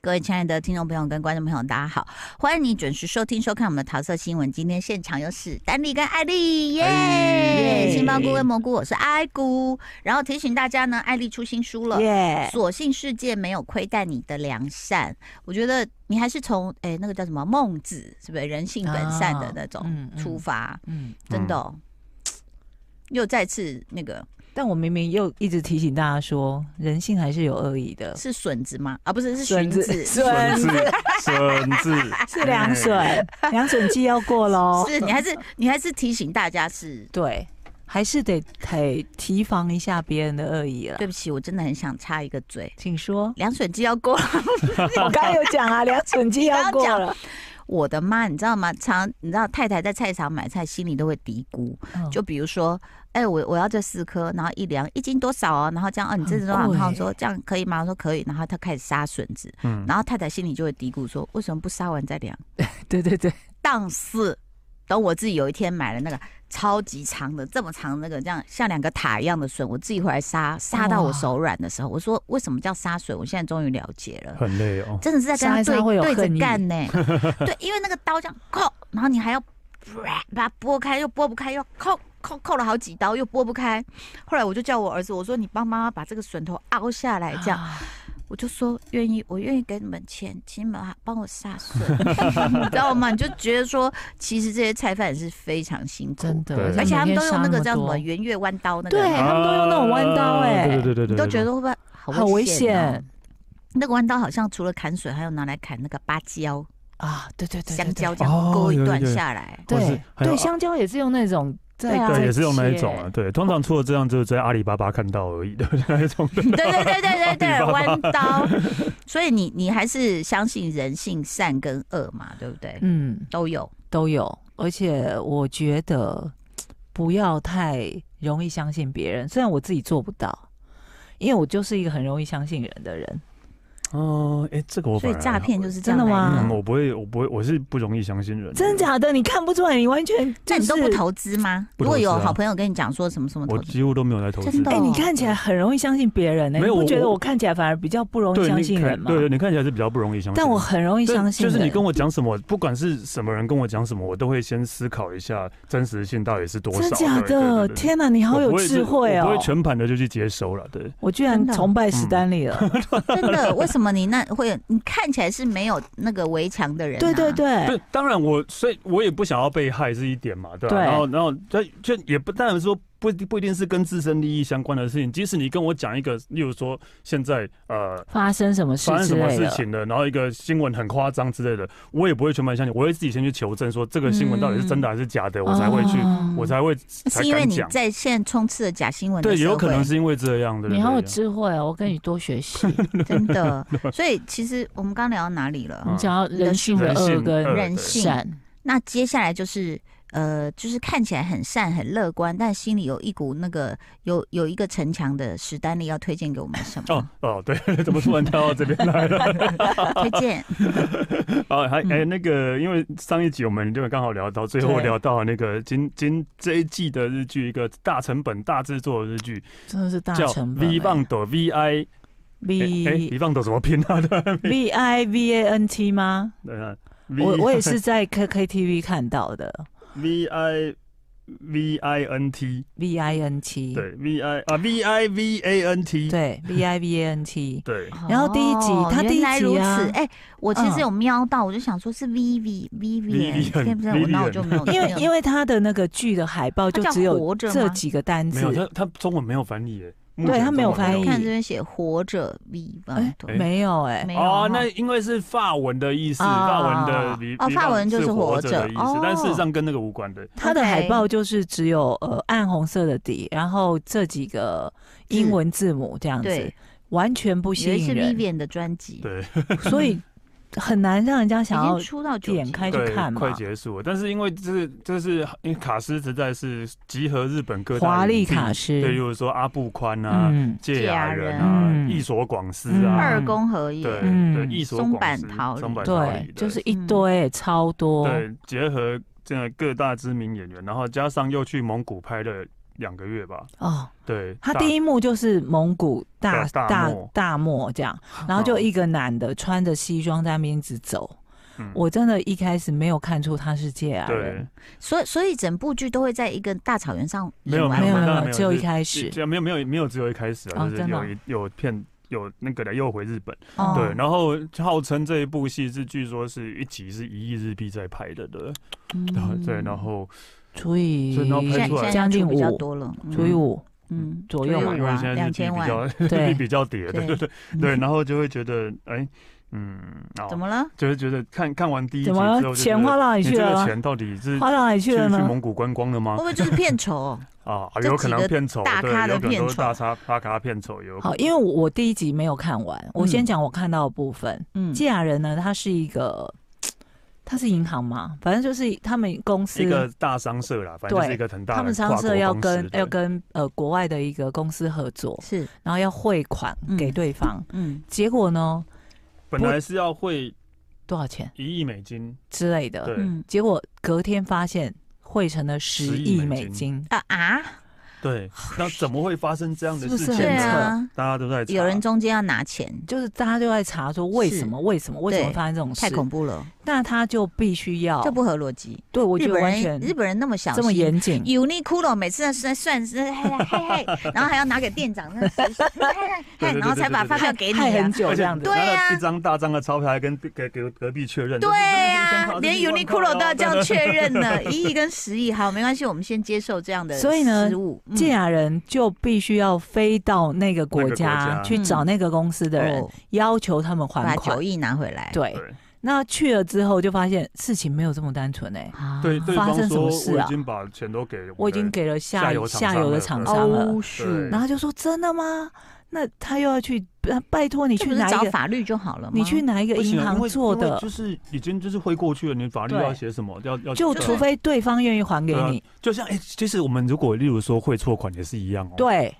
各位亲爱的听众朋友跟观众朋友，大家好，欢迎你准时收听收看我们的桃色新闻。今天现场有史丹利跟艾丽，耶！哎耶杏鲍菇跟蘑菇，我是艾菇。然后提醒大家呢，艾丽出新书了，耶所幸世界没有亏待你的良善。我觉得你还是从哎、那个叫什么孟子，是不是人性本善的那哦嗯种嗯出发？嗯，真的、哦，又再次那个但我明明又一直提醒大家说，人性还是有恶意的，是笋子吗？啊，不是，是笋荀子 哦子。笋子，笋子 哎是凉水， 凉水季要过喽。是你还是你还是提醒大家是对，还是得得提防一下别人的恶意了。对不起，我真的很想插一个嘴。，请说凉水机要过了， 我刚刚有讲啊，凉水季要过了，我的妈，你知道吗？常你知道太太在菜场买菜，心里都会嘀咕。嗯就比如说，哎、我我要这四颗，然后一两一斤多少哦、然后这样哦，你这是多很少？贵然后说这样可以吗？我说可以，然后他开始杀笋子，嗯，然后太太心里就会嘀咕说，为什么不杀完再量？对对对，档次。等我自己有一天买了那个超级长的、这么长的那个，这样像两个塔一样的笋，我自己回来杀，杀到我哇手软的时候，我说为什么叫杀笋？我现在终于了解了。很累哦。真的是在跟他杀一杀会对对有恨着意干呢、对，因为那个刀这样扣，然后你还要把它拨开，又拨不开，又扣扣扣了好几刀，又拨不开。后来我就叫我儿子，我说你帮妈妈把这个笋头凹下来，这样、啊我就说愿意，我愿意给你们钱，请你们帮我杀笋，你知道吗？你就觉得说，其实这些菜贩也是非常辛苦，真的对，而且他们每天都用那个杀叫什么么多圆月弯刀那个，对他们都用那种弯刀哎啊对对对对你对，都觉得会不会好好危哦险？那个弯刀好像除了砍笋，还有拿来砍那个芭蕉。啊！对对对，对香蕉，对这样哦勾一有段有有下 来。或对是还有对，香蕉也是用那种在对啊在对，也是用那一切种啊。对，通常除了这样，就是在阿里巴巴看到而已 的那一种的。对对对对对对，你爸爸弯刀。所以你你还是相信人性善跟恶嘛，对不对？嗯。都有。都有，而且我觉得不要太容易相信别人，虽然我自己做不到，因为我就是一个很容易相信人的人。哦，哎，这个我所以反而诈骗就是这真样哎的来吗嗯，我不会，我不会，我是不容易相信人的。真假的？你看不出来，你完全那就你是都不。投资吗？不如投果资啊有好朋友跟你讲说什么什么投我资，几乎都没有在投资真的哎、哦你看起来很容易相信别人呢、没有你不觉得我我看起来反而比较不容易对，相你信人看，吗？对，你看起来是比较不容易相信人。但我很容易对相信就是你人跟我讲什么，不管是什么人跟我讲什么，我都会先思考一下真实性到底是多少。真假对对的？对对天哪、你好我有不会智慧我哦不！会全盘的就去接收了。对，我居然真的崇拜嗯史丹利了。真的？为什么你那会？你看起来是没有那个围墙的人、啊。对对对，对，当然我，所以我也不想要被害是一点嘛，对吧、对然后，然后，就就也不当然说不一定不一定是跟自身利益相关的事情。即使你跟我讲一个，例如说现在呃发生什么事发生之什么类事的，情了，然后一个新闻很夸张之类的，我也不会全盘相信，我会自己先去求证说这个新闻到底是真的还是假的，我才会去，哦我才会那才是因为敢你讲。在现在充斥着假新闻的对，也有社会可能是因为这样的。你好有对智慧哦！我跟你多 学习。真的。所以其实我们刚聊到哪里了？我们讲到人性的人性恶跟恶人对性善，那接下来就是呃，就是看起来很善、很乐观，但心里有一股那个有有一个城墙的史丹利要推荐给我们 什哦么？哦，对， 怎么突然跳到这边来了？推荐 哦，还哎、嗯那个，因为上一集我们就刚好聊到，最后对聊到那个今今这一季的日剧，一个大成本大制作的日剧真的是大叫成《本欸。 V 棒斗 V I》，哎哎， V V 棒斗怎么拼啊？ 对 V I V A N T 吗？啊我我，V 也是在 K K T V 看到的 V I V I N T， V I N T，对 V I 啊 V I V A N T，对 V I V A N T，对然后第一集哦他第一集啊原来如此，哎、我其实嗯有瞄到，我就想说是 Vivi Vivi， Vivian，对不对？我 Vivian 那我就没有， 因没为有因为他的那个剧的海报就它叫只有活着吗这几个单没字有，他他中文没有翻译耶，目对前它没有中文翻译看这边写活着 V 吧，哎对没有哎，没有哦哈，那因为是法文的意思，啊法文的比哦比法文就是是活活着的意哦思，但事实上跟那个无关的。他的 OK 海报就是只有呃暗红色的底，然后这几个嗯英文字母这样子对，，完全不以吸为是引人， Vivian 的专辑，已对， 所以很难让人家想经要出到九点集开了哎去对，看嘛快结束了。但是因为这是这是因为卡斯实在是集合日本各大华丽影帝卡斯对，例如说阿布宽啊、嗯芥雅人芥雅啊、人一所广司嗯啊，二宫和也，对嗯对，一所广司松坂桃李松坂桃对李，，嗯就是对一堆超多，对结合这样各大知名演员，然后加上又去蒙古拍了。两个月吧。哦，对，他大第一幕就是蒙古大大大大漠大漠这样，然后就一个男的穿着西装在那边一直走，嗯我真的一开始没有看出他是芥雅对人，，所以所以整部剧都会在一个大草原上没有演完没有吗当没然有没，有只有就一是开这始这没有没有没有只有一开始啊，哦就是真的有哦一有片有那个的又回日本，哦对，然后号称这一部戏是据说是一集是一亿日币在拍的，对，然嗯后对，然后除以所以然后拍现出在嗯来嗯现在将近出比较五多了，嗯除以五，嗯左对右嘛左嘛因右为啊现在日两币千比较万日 对币比较跌，对对对对对，然后就会觉得哎，嗯，然怎后么了？就是觉得看看完第一集怎之么后，钱花到哪里你去这个了？钱到底是花到哪里去去了去呢？蒙古观光了吗会不？会就是片酬哦？啊，这有几可能个片酬，大对，咖的有可能片都是大酬咖大咖片酬，有可好，能因为我我第一集没有看嗯完，我先讲我看到的部分。嗯，芥雅人呢，他是一个，他是银行嘛，反正就是他们公司一个大商社啦，反正就是对一个很大的他们商跨国社要公司跟对要跟呃国外的一个公司合作，是，然后要汇款给嗯对方。嗯，结果呢，本来是要汇多少钱一亿美金，之类对的，嗯结果隔天发现汇成了十亿亿美美金金，啊啊，对，那怎么会发生这样的是不事是情很对钱扯呢？啊，大家都在查有人中间要拿钱，就是大家就在查说为什么为什么为什么对发生这种太事？恐怖了，那他就必须要这不合逻辑。对我觉日得本完人全日本人那么小这么心，严谨， Uniqlo 每次在算是嘿嘿嘿，然后还要拿给店长，那是嘿嘿嘿，然后才把发票给你害啊很。久而且这样子对。拿了啊一张大张的钞票还跟给给隔壁确认，对呀、啊，连 Uniqlo 都要这样确认 呢，一亿跟十亿，好，没关系，我们先接受这样的嗯所以呢失误。芥雅人就必须要飞到那个国那个家国家去找那个公司的人，哦要求他们还把九款。亿拿回来。对，对那去了之后就发现事情没有这么单纯哎、啊对，对发方生什说么事我啊已经把钱都给我已经给了下下游厂下游的商厂了商了，哦，是对然后就说真的吗？那他又要去拜拜托你这去不是哪一找个？法律就好了吗？你去哪一个不行银啊因行为做因为的？就是已经就是挥过去了，你法律对要写什么？要要就对除非对方愿意还给对啊你。就像哎、其实我们如果例如说汇错款也是一样哦。，对，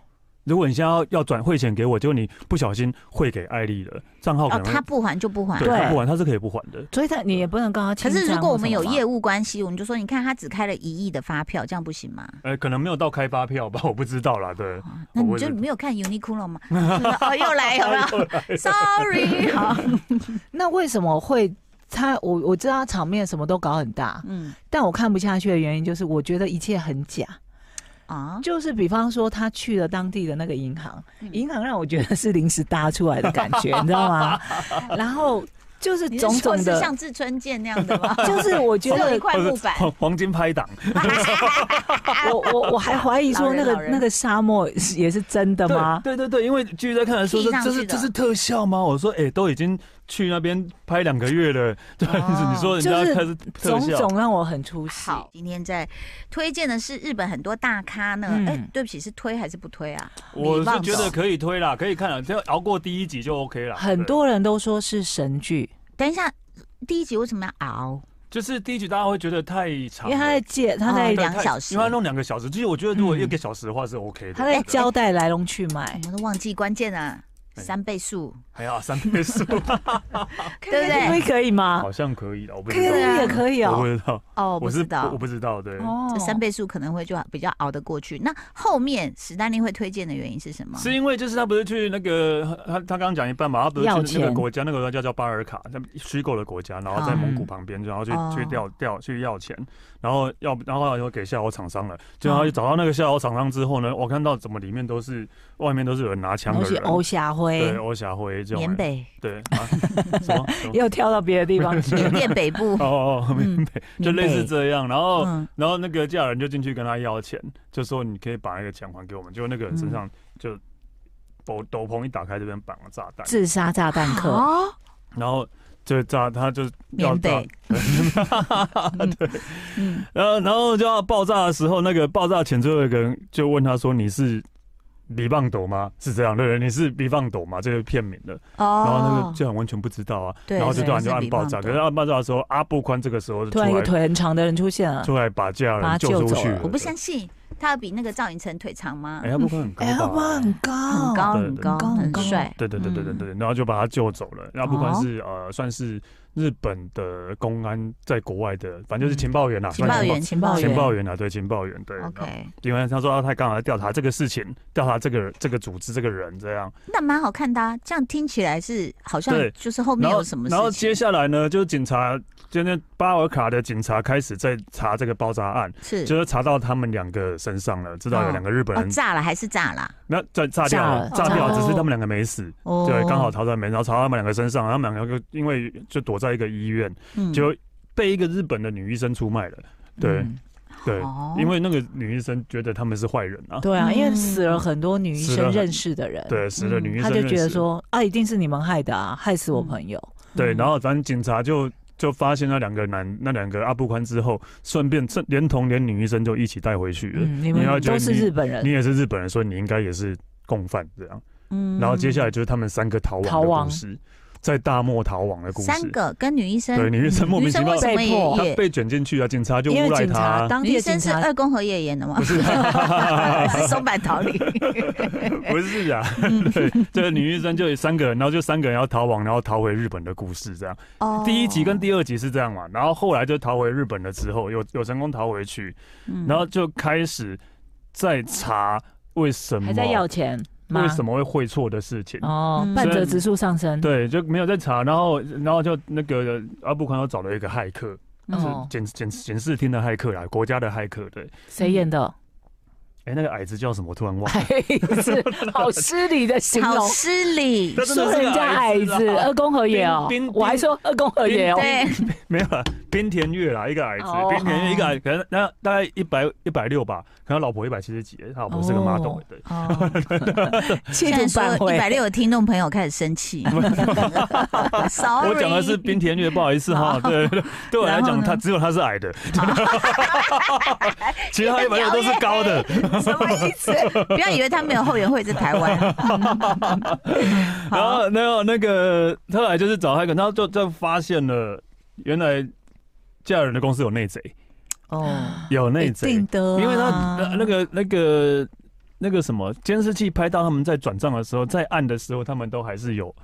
如果你现在要要转汇钱给我，结果你不小心汇给艾丽了，账号可哦，能会、他不还就不还。对对他不还，他是可以不还的。所以他你也不能告他可侵占或是什么嘛。如果我们有业务关系，我们就说，你看他只开了一亿的发票，这样不行吗？呃，可能没有到开发票吧，我不知道啦。对，啊那你我就也是没有看 Uniqlo 吗？就是 哦， 又来有没有？Sorry，好， 那为什么会他？我我知道他场面什么都搞很大，嗯但我看不下去的原因就是我觉得一切很假。啊，就是比方说他去了当地的那个银行嗯，银行让我觉得是临时搭出来的感觉，你知道吗？ 然后就是你是种说种是的，像志春剑那样的 吗？就是我觉只有一 得块木板，黄黄金拍档，我我我还怀疑说那老个人那个沙漠是也是真的吗？对对对，因为继续在看的时候，踢这上这去是的这是特效吗？我说，哎、都已经去那边拍两个月了， 对，你说人家哦就是开始特种效，种让我很出戏。好，今天在推荐的是日本很多大咖呢。嗯哎、对不起，是推还是不推啊？我是你放觉得手可以推啦，可以看了，只要熬过第一集就 OK 了。很对多人都说是神剧，等一下，第一集为什么要熬？就是第一集大家会觉得太长因了，为他在借他哦在对两太小时因为他弄两个小时，其实我觉得如果嗯一个小时的话是 OK 的。他在对交代来龙去我脉。们都忘记关键了，哎三倍速，哎呀，三倍 速对不对？可以吗好像可以了，我不 k 知 t 对啊 v 道，也可以我不哦。知道，哦，我不是知道我。不知道，对，哦这三倍速可能会就比较熬得过去。那后面史丹利会推荐的原因是什么？是因为就是他不是去那个他他刚刚讲一半嘛，他不是要去那个钱国家，那个国家叫巴尔卡，那虚构的国家，然后在哦蒙古旁边，然后去哦去调调去要钱，然后要然后又给下游厂商了，就然后找到那个下游厂商之后呢，我看到怎么里面都是外面都是有人拿枪东的西人，欧霞对辉欧霞辉这种缅人， 北，对啊，什么什么。又跳到别的地方去。缅甸北部哦哦，缅嗯北就类似这样，然后。嗯，然后那个嫁人就进去跟他要钱，就说你可以把那个钱还给我们。结果那个人身嗯上就斗斗篷一打开，这边绑了炸弹，自杀炸弹哦客，好，然后就炸他就要缅炸，北， 嗯，然后然后就要爆炸的时候，那个爆炸前最后一个人就问他说：“你是比棒斗吗？”是这样对不对？你是比棒斗吗？这个片名的。然后那哦个，这人完全不知道啊，对然后就对突然是就按比爆棒炸。斗可是按爆炸的时候，阿布啊宽这个时候就出突然一个来腿很长的人出现了。出来把嫁把人他救救出走去了了。我不相信他要比那个赵寅成腿长吗哎，？阿布宽很高吧？哇很高，很高很对高对很对帅，对对对对对嗯对，然后就把他救走了。那不管哦是呃，算是日本的公安在国外的，反正就是情报员啊，嗯情算报员，情报员，情报员啊，对，情报员对。 OK，因为他说啊他刚好在调查这个事情，调查这个这个组织这个人这样。那蛮好看的、啊，这样听起来是好像对就是后面然后有什么事然后情接下来呢，就警察，就那巴尔卡的警察开始在查这个爆炸案，是就是查到他们两个身上了，知道有两个日本哦人，炸了还是炸了？那炸炸掉了，炸了炸掉哦了，只是他们两个没死，哦，对，刚好逃在没，然后查到他们两个身上，他们两个就因为就躲在一个医院，嗯就被一个日本的女医生出卖了，对嗯对哦，因为那个女医生觉得他们是坏人啊，对啊，因为嗯死了很多女医死了生很认识的人，对，死了女医嗯他生就认觉得识说啊，一定是你们害的啊，害死我朋友。对，嗯然后咱警察就就发现那两个男那两个阿布宽之后，顺便顺连同连女医生就一起带回去了。嗯，你你要们觉得都是你日本人你，也是日本人，所以你应该也是共犯这样。嗯然后接下来就是他们三个逃逃亡的亡故事，在大漠逃亡的故事。三个跟女医生，对嗯女医生莫名女其生妙为什么被迫他也也？被卷进去啊，警察就诬因为赖警他察啊。当地女的医警生是呃察二宫和也演的 吗？是是松坂桃李。不是啊，嗯 对，这个女医生就有三个人，然后就三个人要逃亡，然后逃回日本的故事这样。哦 第一集跟第二集是这样嘛，然后后来就逃回日本了之后，有有成功逃回去，嗯然后就开始在查为什么还在要钱吗？为什么会会错的事情。哦嗯，半所以折指数上升。对，就没有在查，然后，然后就那个阿布宽又找了一个骇客，嗯 哦，检检检视厅的骇客啦，国家的骇客，对，谁演的？哎，那个矮子叫什么？我突然忘了，矮 子，好失礼的嗯形好容，失礼他，真的说是人家矮子，啦二宫和也哦啊冰冰，我还说二宫和也哦，对，没有啦，边田月啊啦，一个矮子哦，边田月一个矮，可能那大概一百一百六吧，可能他老婆一百七十几，他老婆是个哦 model，对，哦， 企现图在挽说一百回。六的听众朋友开始生气，sorry，我讲的是冰田月，不好意 思哈，对，对对我来然后讲，呢他只有他是矮 的，其他一百六都是高 的。什么意思？不要以为他没有后援会在台湾。然好，后，然后那个后来就是找他，然后就就发现了，原来嫁人的公司有内贼，哦，有内一贼定，的啊，因为他呃那那个那个那个什么监视器拍到他们在转账的时候，在按的时候，他们都还是有。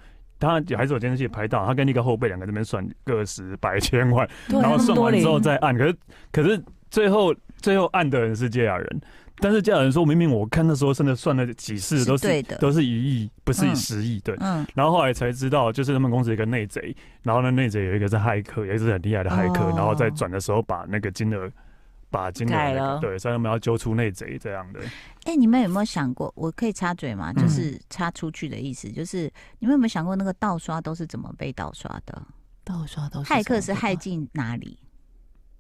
他还是有监视器拍到，他跟那个后辈两个这边算个十百千万，对然后那么算多完零之后再按，可是可是最后最后按的人是芥雅人，但是芥雅人说明明我看那时候真的算了几次是都是对的都是一亿，不是嗯十亿，对。嗯，然后后来才知道，就是他们公司有一个内贼，然后呢内贼有一个是骇客，也是很厉害的骇客，哦然后在转的时候把那个金额。把金额那改个、了对，所以他们要揪出内贼这样的。哎，你们有没有想过？我可以插嘴吗？嗯就是插出去的意思，就是你们有没有想过那个盗刷都是怎么被盗刷的？盗刷都骇客是害进哪里？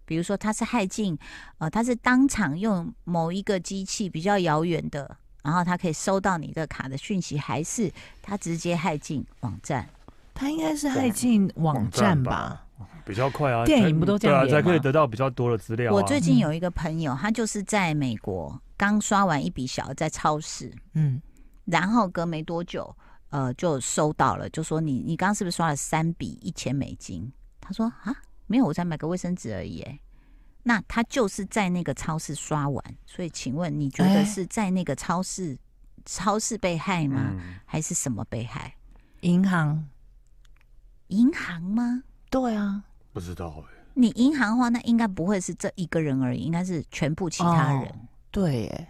比如说，他是害进，呃，他是当场用某一个机器比较遥远的，然后他可以收到你的卡的讯息，还是他直接害进网站？他应该是害进网站吧？比较快啊，电影才不都这对样啊，才演吗可以得到比较多的资料、啊。我最近嗯有一个朋友，他就是在美国刚刷完一笔小额在超市，嗯，然后隔没多久，呃，就收到了，就说你你刚刚是不是刷了三笔一千美金？他说啊，没有，我才买个卫生纸而已。哎，那他就是在那个超市刷完，所以请问你觉得哎是在那个超市、超市被害吗，嗯还是什么被害？银行，银行吗？对啊，不知道哎、你银行的话，那应该不会是这一个人而已，应该是全部其他人。哦对耶，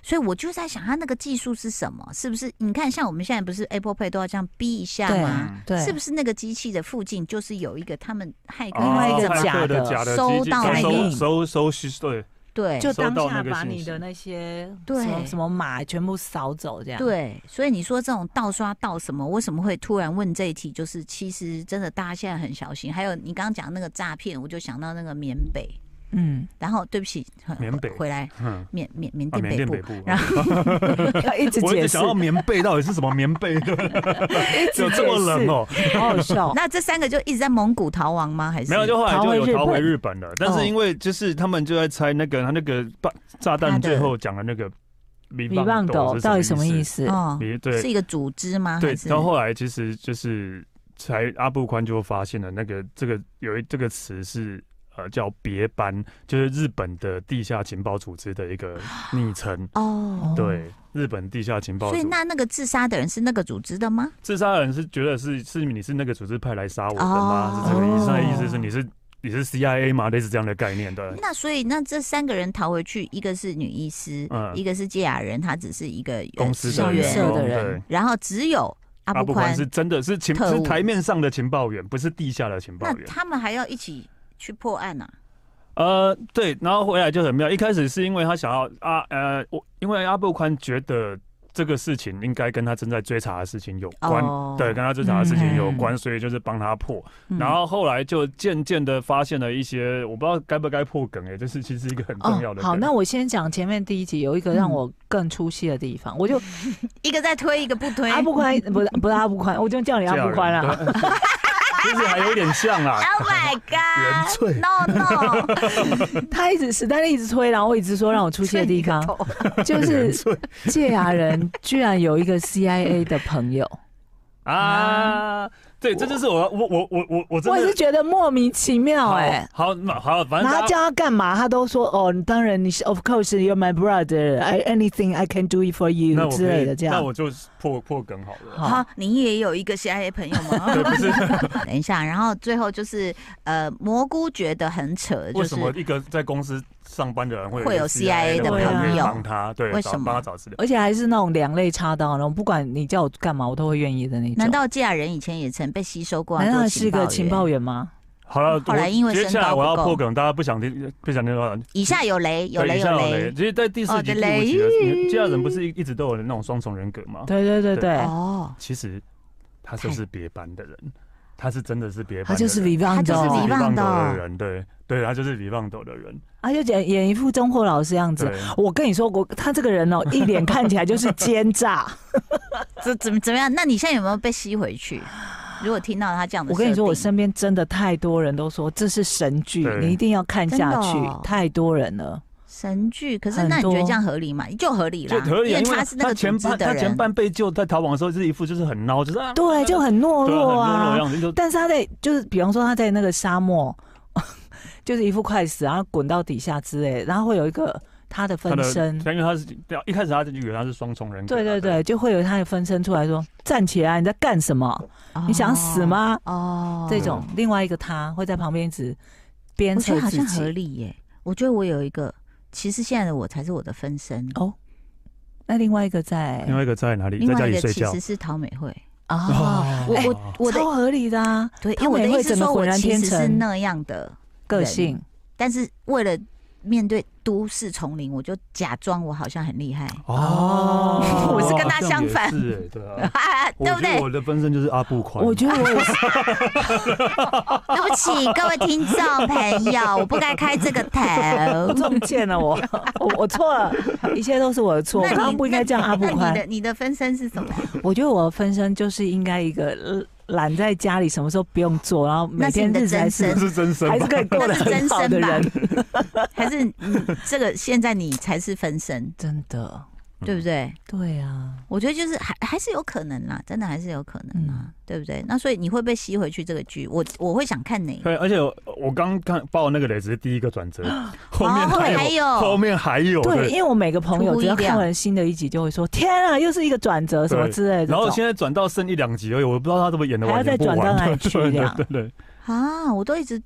所以我就在想，他那个技术是什么？是不是？你看，像我们现在不是 Apple Pay 都要这样逼一下吗？嗯对，是不是那个机器的附近就是有一个他们骇客另外一是个怎么哦骇假客的假的收机器到那收个收收虚对，对就收当到下那个把信你息的那些对什么什么码全部扫走这样？，对，所以你说这种盗刷盗什么？为什么会突然问这一题？就是其实真的大家现在很小心。还有你刚刚讲那个诈骗，我就想到那个缅北， 嗯，然后对不起，缅北回来嗯，缅缅缅啊，甸缅北甸部。北部。然后。要一直我一解直释想，要棉被到底是什么棉 被，有这么冷哦、好好笑 那这三个就一直在蒙古逃亡吗？还是没有，就后来逃就回有日逃回本日本了。但是因为就是他们就在猜那个他那个他炸炸的弹最后讲的那个米米棒斗哦到底什么意思？思？哦，米对是一个组织吗？对还，是到后来其实就是才阿布宽就发现了那个这个有一这个词是呃叫别班，就是日本的地下情报组织的一个昵称。哦，对，日本地下情报所以组。那那个自杀的人是那个组织的吗？自杀的人是觉得是是你是那个组织派来杀我的吗？是这个意思？哦那意思是你是你是 CIA 吗？类似这样的概念，对。那所以那这三个人逃回去，一个是女医师，嗯一个是芥雅人，她只是一个公司职的员员社员，工的人对然后只有阿阿布布宽宽是真的是情特务是台面上的情报员，不是地下的情报那员。他们还要一起去破案啊？呃，对，然后回来就很妙。一开始是因为他想要啊，呃，我因为阿布宽觉得这个事情应该跟他正在追查的事情有关，哦对，跟他追查的事情有嗯关，所以就是帮他破。嗯然后后来就渐渐的发现了一些，我不知道该不该破梗哎、欸，这是其实一个很重要的梗。哦好，那我先讲前面第一集有一个让我更出戏的地方，我就一个在推，一个不推。，阿布 宽啊不是不是阿布宽，我就叫你阿这样布宽啊啦。 对其实还有点像啊 Oh my 原 God！罪 No No！他一直史丹利一直推，然后我一直说让我出戏的 地方，就原是罪芥 雅人居然有一个 CIA 的朋友，啊，对，这就是我我我我我我真我的也是觉得莫名其妙好哎、欸好那好，反然正大后他家叫他干嘛，他都说哦，当然你是 of course you're my brother, I anything I can do it for 那我 you 可以之类的这那样。我就破破梗好 了。好好，你也有一个 CIA 朋友 吗？对，不是等一下，然后最后就是呃，蘑菇觉得很扯，就为是什么一个在公司上班的人会会有有 CIA 的朋友帮他？对，为找什么帮他找资料？而且还是那种两肋插刀那种，不管你叫我干嘛，我都会愿意的那种。难道芥雅人以前也曾被吸收过？啊难道是个情报员？员吗？好了，后来我因为接身下来高我不要够破梗，大家不想听，不想听的话，以下有雷，有对雷以下有有雷。其实，在第哦四集、对第五集的啊雷时候，这样人不是一一直都有那种双重人格吗？对对对对，哦，其实他就是别班的人，他是真的是别班的他人，就是李棒他斗，就是李 Vivaldo 棒斗的人，对对，他就是李棒斗的人，他就演演一副中货老师样子对。。啊我跟你说，我他这个人 哦，一脸看起来就是奸诈。怎怎么怎么样？那你现在有没有被吸回去？如果听到他这样的我设定，跟你说，我身边真的太多人都说这是神剧，对你一定要看下去真的哦，太多人了。神剧，可是很那你觉得多这样合理吗？就合理啦，就合理啊，因为因为他是那他个组前织半的他前人。半被救，在逃亡的时候是一副就是很孬，就是啊对，就很懦对很懦弱弱的啊。样子，就但是他在就是，比方说他在那个沙漠， 就是一副快死，然后滚到底下之类，然后会有一个他的他分的，身，因为他是对啊一开始他就以为他是双重人格，啊对对，对，就会有他的分身出来说：“站起来，你在干什么？你想死？吗？”哦，这种，另外一个他会在旁边一直鞭我觉策得好自像合己。理耶。我觉得我有一个，其实现在的我才是我的分身。哦那另外一个在另外一个在哪里，另在家外一里个睡其觉哦实。是哦陶美惠，啊，我哎我我的超合理的啊，对，因陶为我的美意惠思整是个说，我浑然其天实是成那样的，个人性。但是为了面对都市丛林，我就假装我好像很厉 害。哦我是跟他好像相也反，是哎，对啊 啊，我对觉不得对？我的分身就是阿布宽，我觉得我也是，对不起，各位听众朋友，我不该开这个我头。中箭了， 我我我错了，一切都是我的错， 我那刚你刚不应该叫阿布那宽你。的你的分身是什么？我觉得我的分身就是应该一个呃懒在家里，什么时候不用做，然后每天日子还那是这是真身还是吧？可以过得很好那的是人，还是嗯，这个现在你才是分身，真的。嗯对不对？对啊，我觉得就是还还是有可能啦，真的还是有可能嗯啦，对不对？那所以你会被吸回去这个剧，我我会想看哪个？ 对，而且我我刚看爆那个雷只是第一个转折，后面哦还还有后面还有对，因为我每个朋友出乎只意料要看完新的一集，就会说：“天啊，又是一个转折什么之类的。”然后现在转到剩一两集而已，我不知道他怎么演的还要完再全不转到哪里完。去对这对样对对，啊，我都一直。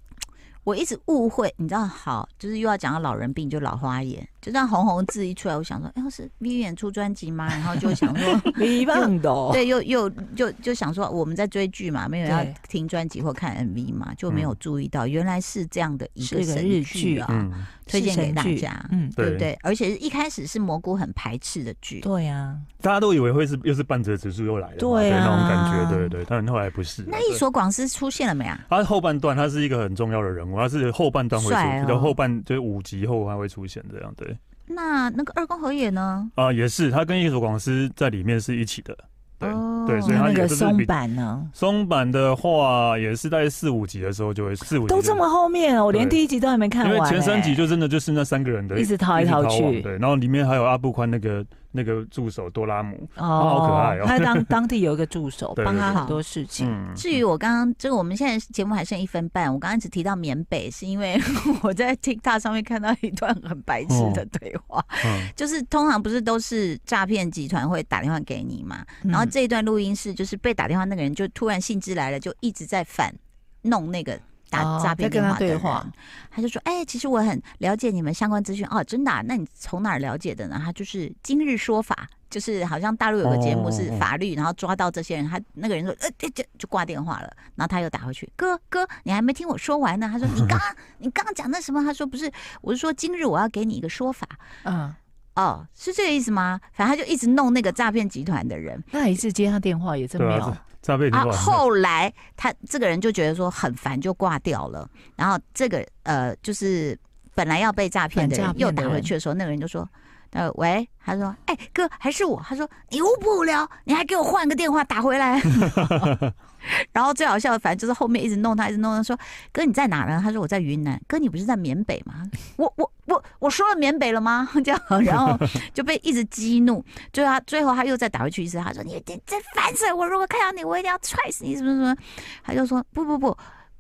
我一直误会，你知道，好，就是又要讲到老人病，就老花眼，就这样红红字一出来，我想说，哎、是 Vivian 出专辑吗？然后就会想说，一棒的 哦，对，又又就就想说，我们在追剧嘛，没有要对听专辑或看 MV 嘛，就没有嗯注意到，原来是这样的一个是个神日剧剧啊，嗯，推荐给大是神剧家，嗯，对不对对？而且一开始是蘑菇很排斥的剧，对呀，大家都以为会是又是半折指数又来了嘛，对啊那种感觉，对对，但后来不是。那一所广司出现了没啊？他后半段他是一个很重要的人物，他是后半段会帅哦出，就后半就是五集后他会出现这样，对那那个二宫和也呢？啊，也是他跟一所广司在里面是一起的，对哦对，所以那他那也个就是松比板呢，松板的话也是在四五集的时候就会四五集都就这么后面了，我连对第一集都还没看因完为欸，前三集就真的就是那三个人的一直逃来一直逃往去，对，然后里面还有阿布宽那个那个助手多拉姆，哦，好可爱哦他当当地有一个助手 对帮对他对很多事情。嗯，至于我刚刚，这个我们现在节目还剩一分半，我刚刚只提到缅北，是因为 我在 TikTok 上面看到一段很白痴的对话，嗯就是通常不是都是诈骗集团会打电话给你嘛，然后嗯这一段录音是就是被打电话那个人就突然兴致来了，就一直在反弄那个。打哦诈骗在跟电他话的对人，话他就说：“哎、其实我很了解你们相关资讯哦，真的、啊？那你从哪儿了解的呢？”他就是今日说法，就是好像大陆有个节目是哦哦哦法律，然后抓到这些人，他那个人说：“呃，这这就挂电话了。”然后他又打回去：“哥哥，你还没听我说完呢。”他说：“你刚刚你刚刚讲那什么？”他说：“不是，我是说今日我要给你一个说法嗯，哦，是这个意思吗？”反正他就一直弄那个诈骗集团的人。那一次接他电话也真对妙。啊，诈骗啊电，话，后来他这个人就觉得说很烦，就挂掉了。然后这个呃，就是本来要被诈骗的反人诈骗又的打人回去的时候，那个人就说：“呃，喂，他说，哎、哥，还是我。”他说：“你无不无聊，你还给我换个电话打回来。”然后最好笑的，反正就是后面一直弄他，一直弄他说：“哥，你在哪呢？”他说：“我在云南。”哥，你不是在缅北吗？我我我我说了缅北了吗？这样，然后就被一直激怒。最后他最后他又再打回去一次，他说：“你你真烦死了！我如果看到你，我一定要踹死你！什么什么。”他就说：“不不不，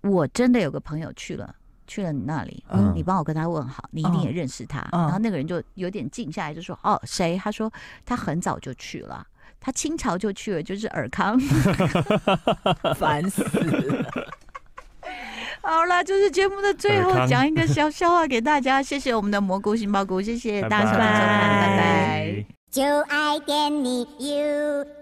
我真的有个朋友去了。”去了你那里，嗯你帮我跟他问好，你一定也认识他。嗯然后那个人就有点静下来，就说：“哦，谁？”他说：“他很早就去了，他清朝就去了，就是尔康。”烦死了！好啦，就是节目的最后尔，康讲一个小笑话给大家。谢谢我们的蘑菇杏鲍菇，谢谢大家收听收看，拜拜。就爱点你 UFO。